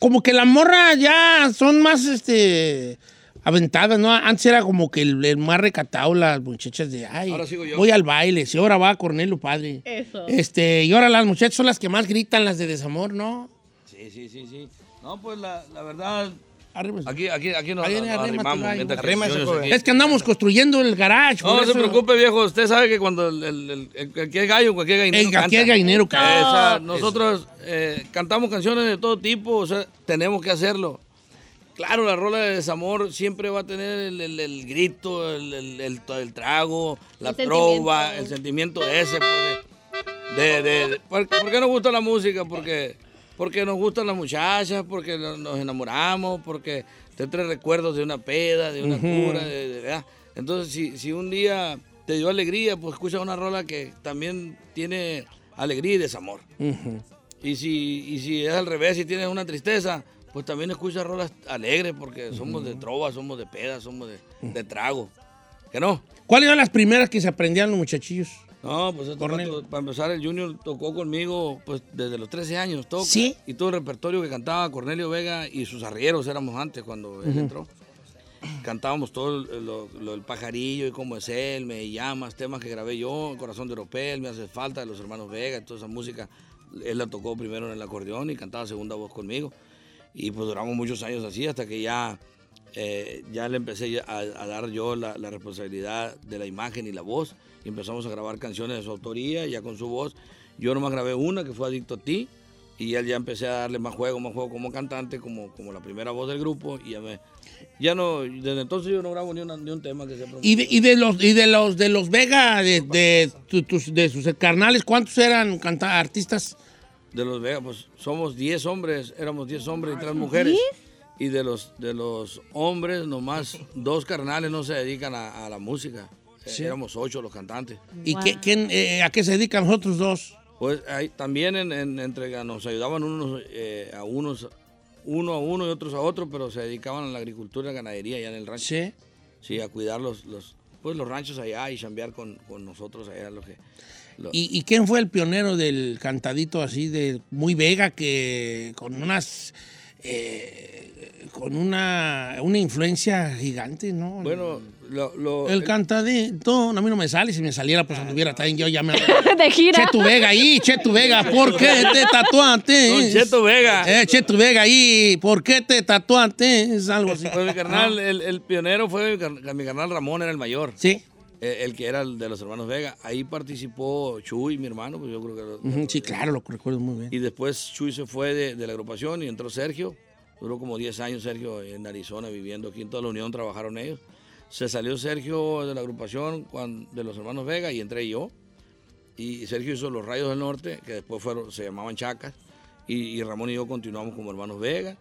Como que las morras ya son más este aventadas, ¿no? Antes era como que el, el más recatado, las muchachas de, ay, Ahora sigo yo. voy al baile, y ahora va Cornelio Padre. Eso. Este, y ahora las muchachas son las que más gritan, las de desamor, ¿no? Sí, sí, sí, sí. No, pues la, la verdad. Arrímese. Aquí, aquí, aquí nos, Ahí viene, nos arrímatelo arrimamos. ahí. mientras que Arrímese, yo- yo joven. aquí- Es que andamos construyendo el garage. No, por no se eso- preocupe, viejo. Usted sabe que cuando el, el, el- el- cualquier gallo, cualquier gallinero. El- cualquier gallinero canta. pues. Esa, Eso. nosotros eh, cantamos canciones de todo tipo, o sea, tenemos que hacerlo. Claro, la rola de desamor siempre va a tener el, el- el grito, el, el- el- el trago, la El trova, el sentimiento ese. pues, de, de- de- de- ¿por, por qué nos gusta la música? Porque, porque nos gustan las muchachas, porque no- nos enamoramos, porque te trae recuerdos de una peda, de una Ujú. cura, de- de- ¿verdad? Entonces, si, si un día te dio alegría, pues escucha una rola que también tiene alegría y desamor. Ujú. Y si, y si es al revés, si tienes una tristeza, pues también escucha rolas alegres, porque somos de trova, somos de peda, somos de, de trago. ¿Que no? ¿Cuáles son las primeras que se aprendían los muchachillos? No, pues este vato, para empezar, el Junior tocó conmigo pues desde los 13 años. Toca, ¿Sí? Y todo el repertorio que cantaba Cornelio Vega y sus arrieros éramos antes cuando él Ujú. entró. Cantábamos todo el- lo, lo del pajarillo y cómo es él, me llamas, temas que grabé yo, Corazón de Europel, Me hace falta, de los hermanos Vega, toda esa música. Él la tocó primero en el acordeón y cantaba segunda voz conmigo. Y pues duramos muchos años así hasta que ya, eh, ya le empecé ya a, a dar yo la, la responsabilidad de la imagen y la voz. Y empezamos a grabar canciones de su autoría, ya con su voz. Yo nomás grabé una que fue Adicto a ti. Y él ya empecé a darle más juego, más juego como cantante, como, como la primera voz del grupo. Y ya me. Ya no. Desde entonces yo no grabo ni, una- ni un tema que se Y de, y de los y de los de los Vega de, de tu- tus- de sus carnales, ¿cuántos eran canta- artistas? De los Vega, pues somos 10 hombres, éramos 10 hombres y 3 mujeres. Y de los, de los hombres, nomás dos carnales no se dedican a, a la música. Eh, Sí. Éramos 8 los cantantes. ¿Y qué- quién, eh, a qué se dedican los otros dos? Pues ahí también en, en- entre nos ayudaban unos eh, a unos, uno a uno y otros a otro, pero se dedicaban a la agricultura y la ganadería allá en el rancho. Sí. Sí, a cuidar los, los, pues, los ranchos allá y chambear con, con nosotros allá. Lo que, lo- ¿Y, y quién fue el pionero del cantadito así de muy Vega que con unas eh, con una una influencia gigante, ¿no? bueno, lo- Oh, lo- el cantadito, a mí no me sale, si me saliera Ah, pues anduviera también yo ya me De gira. Che tu Vega ahí, Che tu Vega, ¿por qué te tatuaste? Don Cheto Vega. Eh, Che tu Vega ahí, ¿por qué te tatuaste? Es algo así. Pues mi carnal, el, el pionero fue mi, car- mi carnal Ramón, era el mayor. Sí. Eh, El, que era el de los hermanos Vega. Ahí participó Chuy, mi hermano, pues yo creo que... lo- Ujú, Sí, claro, lo recuerdo muy bien. Y después Chuy se fue de, de la agrupación y entró Sergio. Duró como 10 años Sergio en Arizona viviendo aquí en toda la Unión, trabajaron ellos. Se salió Sergio de la agrupación cuan- de los hermanos Vega y entré yo. Y Sergio hizo Los Rayos del Norte, que después fueron, se llamaban Chacas. Y, y Ramón y yo continuamos como hermanos Vega.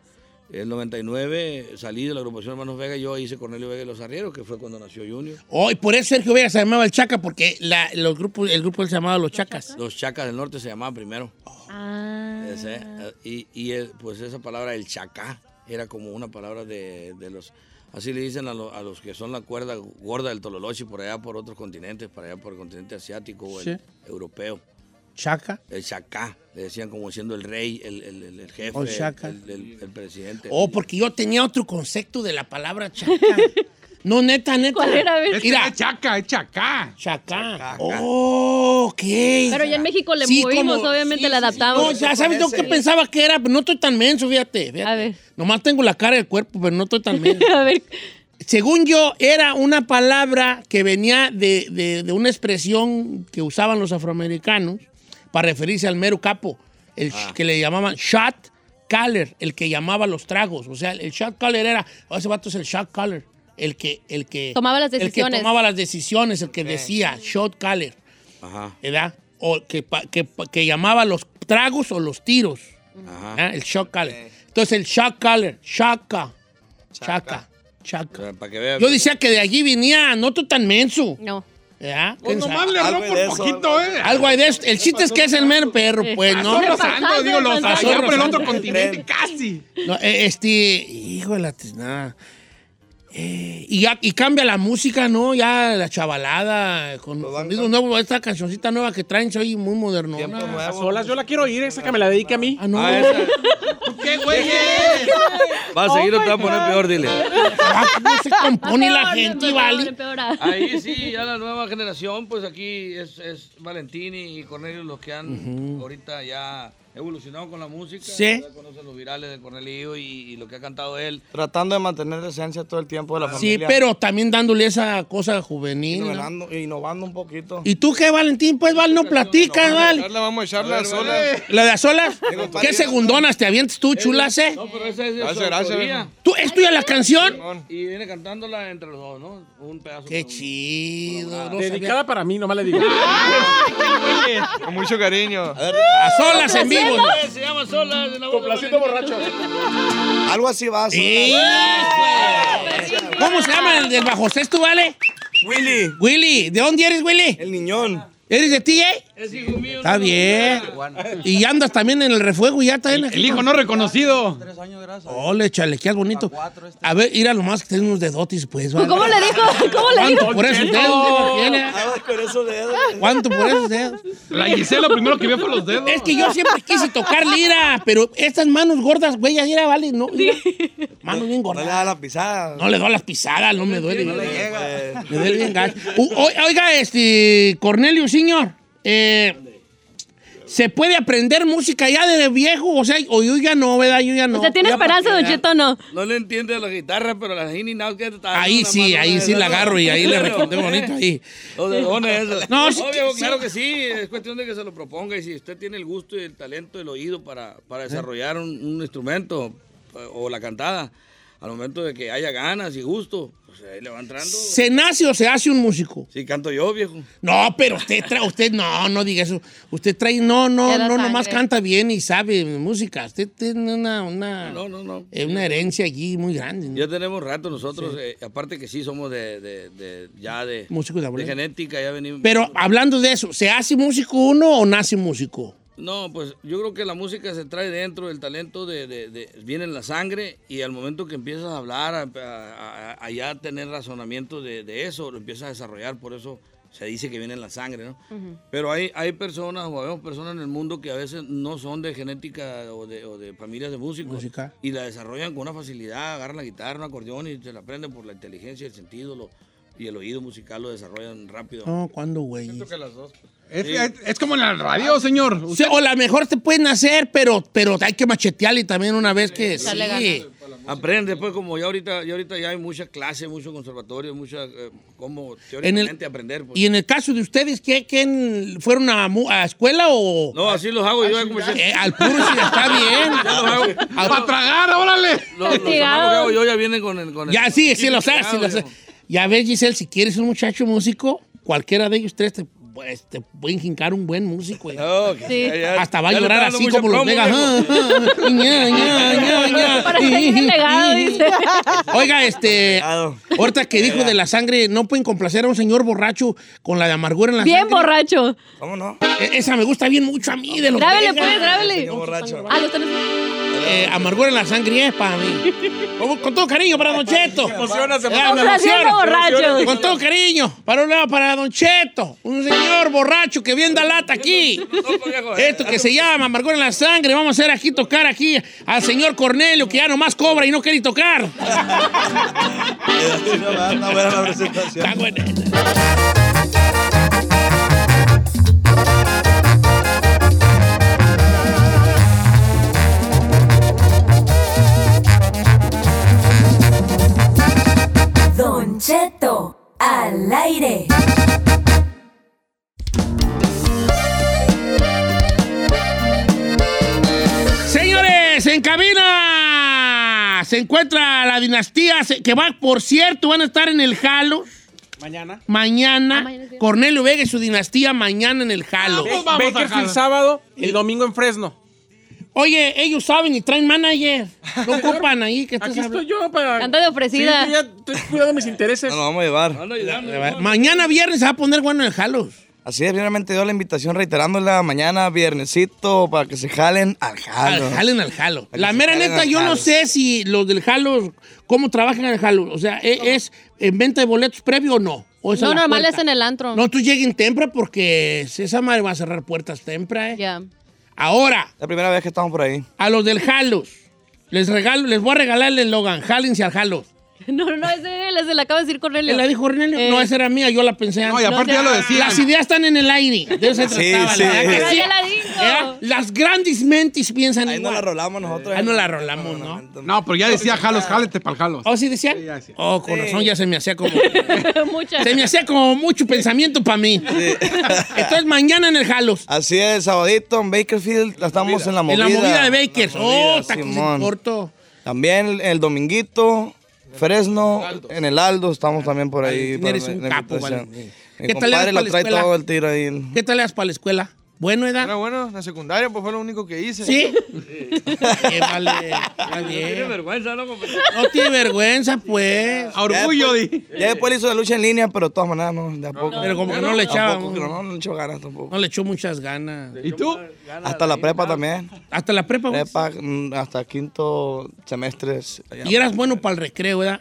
El 99 salí de la agrupación Hermanos Vega, yo hice Cornelio Vega y Los Arrieros, que fue cuando nació Junior. Hoy, Oh, por eso Sergio Vega se llamaba el Chaca, porque la- los grupos, el grupo se llamaba Los Chacas. Los Chacas del Norte se llamaban primero. Ah. Ese, eh, y y, eh, pues esa palabra, el chacá, era como una palabra de, de los... Así le dicen a, lo- a los que son la cuerda gorda del Tololochi por allá por otros continentes, para allá por el continente asiático o el Sí. europeo. Chaca. El chacá, le decían como siendo el rey, el, el- el- el jefe, O chaca. el, el- el presidente. Oh, porque yo tenía otro concepto de la palabra Chaca. No, neta, neta. ¿Cuál era, a ver? Este, Es que Es que era Chaca, es Chacá. Chacá. Oh, ok. Pero ya en México le Sí, movimos, como- obviamente sí, la sí, sí. adaptamos. No, ya sabes, yo que pensaba que era, pero no estoy tan menso, fíjate. fíjate. A ver. Nomás tengo la cara y el cuerpo, pero no estoy tan menso. A ver. Según yo, era una palabra que venía de, de- de una expresión que usaban los afroamericanos para referirse al mero capo, el sh- que le llamaban shot caller, el que llamaba los tragos. O sea, el shot caller era, "Oh, ese vato es el shot caller, el que, el que Tomaba las El que decisiones. tomaba las decisiones, el que decía shot caller, Ajá, ¿verdad? O que, pa- que pa- que llamaba los tragos o los tiros, ajá. ¿verdad? Ah, el shot caller. Entonces el shot caller, shaka, shaka, shaka. O sea, para que vean. Yo decía que de allí venía, no tú tan menso. No. ¿verdad? Pues ¿Quién nomás sabe? le erró Algo de por eso, poquito, ¿eh? Algo hay de esto. El chiste es que es el mero perro, pues, ¿no? Pasó Pasando, rozando, digo, los pasando. allá por el otro Pasando. continente, casi. No, eh, este, hijo de la tiznada. Eh, y, ya- y cambia la música, ¿no? Ya la chavalada, con Lo van sonidos nuevos. Esta cancioncita nueva que traen, soy muy moderno. Tiempo Las nuevo. olas, yo la quiero oír, esa que me la dedique a mí. Ah, no. Ah, esa- ¿Qué, güey? va a Oh seguir o te va a my poner God. peor, dile. Ah, ¿cómo se compone la Peor, gente, peor, vale? peor. Ahí Ah, sí, ya la nueva generación, pues aquí es, es Valentini y Cornelio los que han ahorita ya evolucionado con la música. Sí. Ya conocen los virales de Cornelio y, y lo que ha cantado él. Tratando de mantener la esencia todo el tiempo de la Sí, familia. pero también dándole esa cosa juvenil. ¿no? Innovando, innovando un poquito. ¿Y tú qué, Valentín? Pues, Val, no platicas, Val. Ahora vamos a echar las olas. ¿La de a solas? ¿Qué segundonas te avientes tú, chulas, eh? No, pero esa es de Gracias, su gracias, autoría. viejo. ¿Tú, ¿Es tuya la canción? Y viene cantándola entre los dos, ¿no? Un pedazo. Ah, Qué con- chido. no sabía. Dedicada para mí, nomás le digo. Con mucho cariño. A solas en vivo. Se llama Sola de la voz de Complacito borracho. Algo así va. son- Sí, güey. ¿Cómo se llama el del bajo sexto, vale? Willy, Willy, ¿de dónde eres, Willy? el niñón. ¿Eres de ti, eh? Es hijo mío. Está bien. Y andas también en el refuego y ya está en El hijo no reconocido. Ole, chale, qué bonito. este. A ver, ir a lo más que tenemos de dotis, pues. vale. ¿Cómo le dijo? ¿Cómo le dijo? ¿Cuánto por esos dedos? tiene? Ah, con eso de ¿Cuánto por esos dedos? La Gisela lo primero que vio fue los dedos. Es que yo siempre quise tocar lira, pero estas manos gordas, güey, ya era, vale, no. mira. Manos bien No le gordas. da la pisada. No le doy las pisadas, no me duele. No le llega. Me duele bien gacho. U- o- Oiga, este, Cornelio, señor, eh, ¿se puede aprender música ya desde viejo? O sea, o yo ya no, ¿verdad? Yo ya no. O sea, ¿tiene Ya para esperanza, qué Don edad. Cheto, o no? No le entiende a la guitarra, pero la Gini Now que está. pues. Ahí sí, ahí sí la agarro y ahí le recondé bonito ahí. O de dónde es eso. No, No, sí, sí. claro que sí. Es cuestión de que se lo proponga. Y si usted tiene el gusto y el talento, el oído para, para desarrollar un, un instrumento eh, o la cantada, al momento de que haya ganas y gusto, pues ahí le va entrando. ¿Se nace o se hace un músico? Sí, canto yo, viejo. No, pero usted trae, usted no, no diga eso. Usted trae, no, no, Ya da no, nomás sangre. canta bien y sabe música. Usted tiene una, una, No, no, no. eh, una herencia allí muy grande. ¿no? Ya tenemos rato nosotros, eh, aparte que sí somos de, de- de- ya de, Músicos de de abuelo. genética, ya venimos. Pero hablando de eso, ¿se hace músico uno o nace músico? No, pues yo creo que la música se trae dentro, el talento de, de- de- viene en la sangre y al momento que empiezas a hablar, a, a- a- a ya tener razonamiento de, de eso, lo empiezas a desarrollar, por eso se dice que viene en la sangre, ¿no? Pero hay, hay personas, o habemos personas en el mundo que a veces no son de genética o de, o de familias de músicos Música. y la desarrollan con una facilidad, agarran la guitarra, un acordeón y se la aprenden por la inteligencia, el sentido lo- y el oído musical lo desarrollan rápido. No, ¿cuándo, güey? Es, es- es como en la radio, señor. O sea, o la mejor te pueden hacer, pero, pero hay que machetearle también una vez que sí. Dale ganas. Aprende, pues, como ya ahorita, ya ahorita ya hay muchas clases, muchos conservatorios, muchas, eh, como teóricamente aprender. Pues. Y en el caso de ustedes, ¿qué, quién fueron a, mu- a escuela o No, así los hago yo de comercial. Eh, al puro si está Ya los hago. bien? Ya ¡Para los- tragar, órale! los- los chamacos que hago yo ya vienen con el... Con el- Ya, sí, sí, los hace, Claro, los hace. viejo. Ya ves, Giselle, si quieres un muchacho músico, cualquiera de ellos tres te este, pueden jincar un buen músico. que- Sí. ya- ya- Hasta va a ya le llorar está dando así mucha como los promo, megas. viejo. Ah, ah, ña, ña, ña, ña. Para seguir el legado, dice. Oiga, este, ahorita que dijo de la sangre, no pueden complacer a un señor borracho con la de amargura en la Bien sangre. E-, borracho. ¿Cómo no? Esa me gusta bien mucho a mí de los Grábele, Vegas. pues, grábele. Ah, lo están- Eh, amargura en la sangre es para mí. Con, con todo cariño para Don Cheto. Pues, Se emociona, se Eh, emociona. me Complaciendo emociona. borrachos. Con todo cariño. Para un lado, para Don Cheto. Un señor borracho que viene da lata aquí. Esto que se llama amargura en la sangre. Vamos a hacer aquí tocar aquí al señor Cornelio que ya nomás cobra y no quiere tocar. Está buena la presentación. Está buena. Don Cheto, al aire. Señores, en cabina se encuentra la dinastía se- que va, por cierto, van a estar en el Jalo. Mañana. Mañana, Cornelio Vega y su dinastía mañana en el Jalo. Be- Bakersfield sábado y el domingo en Fresno. Oye, ellos saben y traen manager. No ocupan ahí que Aquí estoy yo para... Anda de ofrecida. Sí, yo ya estoy cuidando mis intereses. No, nos vamos a llevar. Mañana viernes se va a poner bueno el Jalos. Así es, primeramente dio la invitación reiterándola mañana, viernesito, para que se jalen al jalo. Al- jalen al jalo. Para que La se mera jalen neta, al yo no jalo. sé si los del Jalo, cómo trabajan en el Jalo. O sea, ¿e- ¿es en venta de boletos previo o no? ¿O es a No, la normal puerta? es en el antro. No, tú lleguen temprano porque esa madre va a cerrar puertas temprano. Ya. Ahora, La primera vez que estamos por ahí. a los del Jalos, les regalo, les voy a regalar el eslogan, jálense al Jalos. No, no, no, es de él, es de la acaba de decir Cornelio. ¿Él la dijo Cornelio? No, eh, esa era mía, yo la pensé antes. y aparte Ah. ya lo decían. Las ideas están en el aire. De eso se Sí, trataba, sí. la verdad que Pero sí. ya la dijo. Era- Las grandes mentes piensan Ahí no igual. la rolamos nosotros. Ahí no la rolamos, ¿no? No, pero ya decía jalos, jálete para el jalos. ¿Oh, sí decían? Oh, con Sí. razón ya se me hacía como... Muchas. se me hacía como mucho pensamiento para mí. Entonces mañana en el Jalos. Así es, sabadito en Bakerfield, la estamos en la En Ah, la movida. movida de Bakers. La movida, oh, tacos Simón. en corto. También el, el dominguito, Fresno, en el Aldo, estamos también por ahí. Valentín, para eres un la capo, invitación. Valentín. Mi ¿Qué tal compadre eres para lo la trae escuela? todo el tiro ahí. en- ¿Qué tal le das para la escuela? ¿Bueno, edad? Era bueno, en la secundaria, pues fue lo único que hice. ¿Sí? Sí, vale, está Tiene bien. vergüenza, ¿no? No tiene vergüenza, pues. Ya después- Ya después le hizo la lucha en línea, pero de todas maneras no, de a poco. Pero como que no le echaba, ¿no? Tampoco, pero no, no le echó ganas tampoco. Ah. No le echó muchas ganas. ¿Y tú? Hasta la prepa también. Hasta la prepa, pues. güey. Prepa, mm, hasta quinto semestre. Y eras bueno para el recreo, ¿verdad?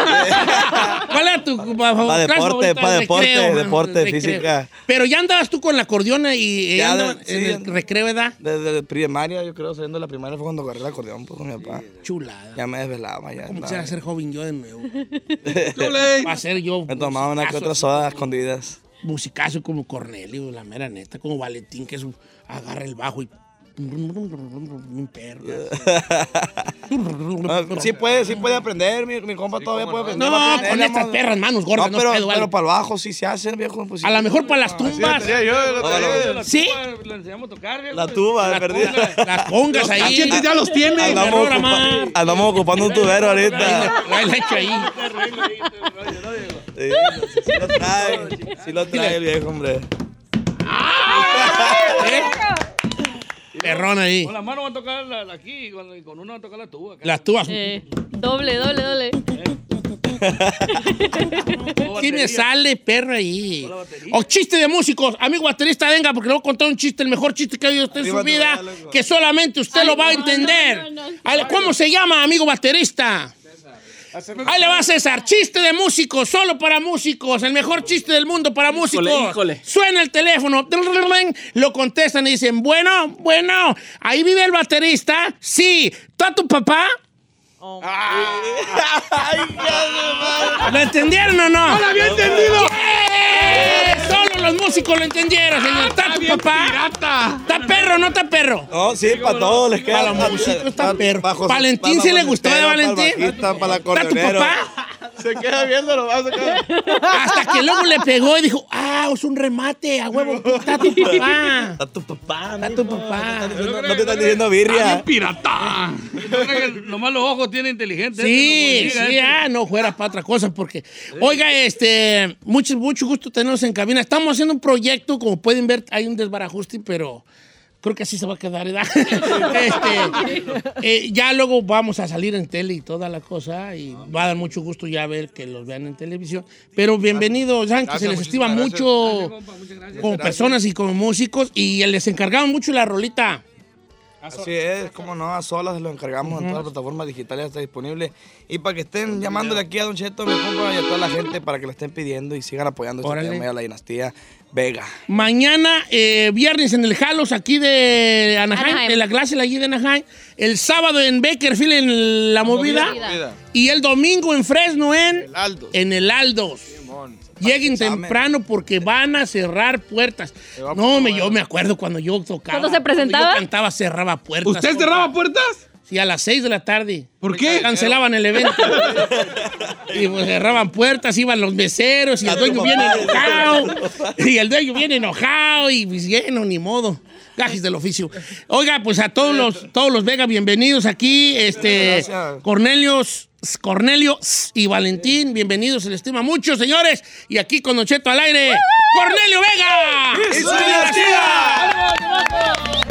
¿Cuál era tu pa- Pa' clase deporte, favorita? pa' El deporte, recreo, ¿no? deporte, El recreo. física. Pero ya andabas tú con la acordeona y eh, Ya andaban de- en sí, el recreo, ¿verdad? Desde primaria, yo creo, saliendo de la primaria fue cuando agarré el acordeón pues, con mi papá. Chulada. Ya me desvelaba, ya. ¿Cómo andaba. quisiera ser joven yo de nuevo? Chule. Va a ser yo Me tomaba una que musicazo, otra soda a escondidas. musicazo como Cornelio, la mera neta, como Valentín, que es un- agarra el bajo y... Un perro. Ah, Sí puede, sí puede aprender, mi, mi compa todavía puede aprender. no. va a No, aprender, con estas vamos. perras manos gordas, no pero, pedo, vale. pero para el bajo sí se hacen, viejo. pues, sí. A lo mejor para las tumbas. ¿Sí? Le enseñamos a tocar, viejo. La tuba, de perdida. Las congas ahí. cachetes ya los tiene. Andamos, Perrora, ocupa- man. andamos ocupando un tubero ahorita. Trae la hecha ahí. Sí, sí lo trae. Sí lo trae el viejo, hombre. Perrón ahí. Con la mano va a tocar la, la aquí y con, y con una va a tocar la tuba. acá. Las tubas. Eh, doble, doble, doble. ¿Qué me sale, perro, ahí? O chiste de músicos. Amigo baterista, venga, porque le voy a contar un chiste, el mejor chiste que ha oído usted en su Arriba, vida, arriba, loco. que solamente usted lo va a entender. Ale- ¿Cómo se llama, amigo baterista? Ahí le va César, chiste de músicos, solo para músicos, el mejor chiste del mundo para músicos. híjole. Suena el teléfono, lo contestan y dicen, bueno, bueno, ahí vive el baterista, sí, ¿está tu papá? ¿Lo entendieron o no? ¡No lo había entendido! Solo los músicos lo entendieron, señor. Ah, ¿Está tu papá? ¿Está perro o no está perro? No, sí, para todos les queda. Para los músicos está perro. bajo- ¿Valentín para sí le gustó de Valentín, Valentín? Para el bajista, para el ¿Está tu acordeonero. papá? Se queda viendo lo vas a Hasta que luego le pegó y dijo, ah, es un remate, a huevo, está tu papá. Está tu papá, Está tu papá. No te están diciendo birria. pirata. Nomás los ojos tienen inteligente. Sí, ¿eh? ¿eh? sí, ah, no fuera para otra cosa, porque. Oiga, este, mucho, mucho gusto tenerlos en cabina. Estamos haciendo un proyecto, como pueden ver, hay un desbarajuste, pero creo que así se va a quedar, ¿verdad? Este, eh, ya luego vamos a salir en tele y toda la cosa, y Ah, va a dar mucho gusto ya ver que los vean en televisión. Pero bienvenidos, saben que se Gracias, les estima muchísimas gracias. mucho como personas y como músicos, y les encargamos mucho la rolita. Así es, como no, a solas lo encargamos en Ujú. todas las plataformas digitales, está disponible. Y para que estén llamándole aquí a Don Cheto, mi compa, y a toda la gente, para que lo estén pidiendo y sigan apoyando este Órale. tema y a la dinastía Vega. Mañana, eh, viernes en el Halos aquí de Anaheim, Anaheim. en la clase allí de Anaheim. El sábado en Bakerfield en La Movida. Y el domingo en Fresno en, en el Aldos. Lleguen temprano porque van a cerrar puertas. No, me, yo me acuerdo cuando yo tocaba. ¿Cuándo se presentaba? Cuando yo cantaba, cerraba puertas. ¿Usted cerraba puertas? Sí, a las 6 de la tarde. ¿Por qué? Cancelaban el evento. y pues, cerraban puertas, iban los meseros y el dueño viene enojado. Y el dueño viene enojado y pues, lleno, ni modo. Gajes del oficio. Oiga, pues a todos los, todos los Vega, bienvenidos aquí. Este, Gracias. Cornelios, Cornelio y Valentín, bienvenidos, se les estima mucho, señores. Y aquí con Don Cheto al aire, Cornelio Vega. ¡Y su dinastía! ¡Vamos, vamos!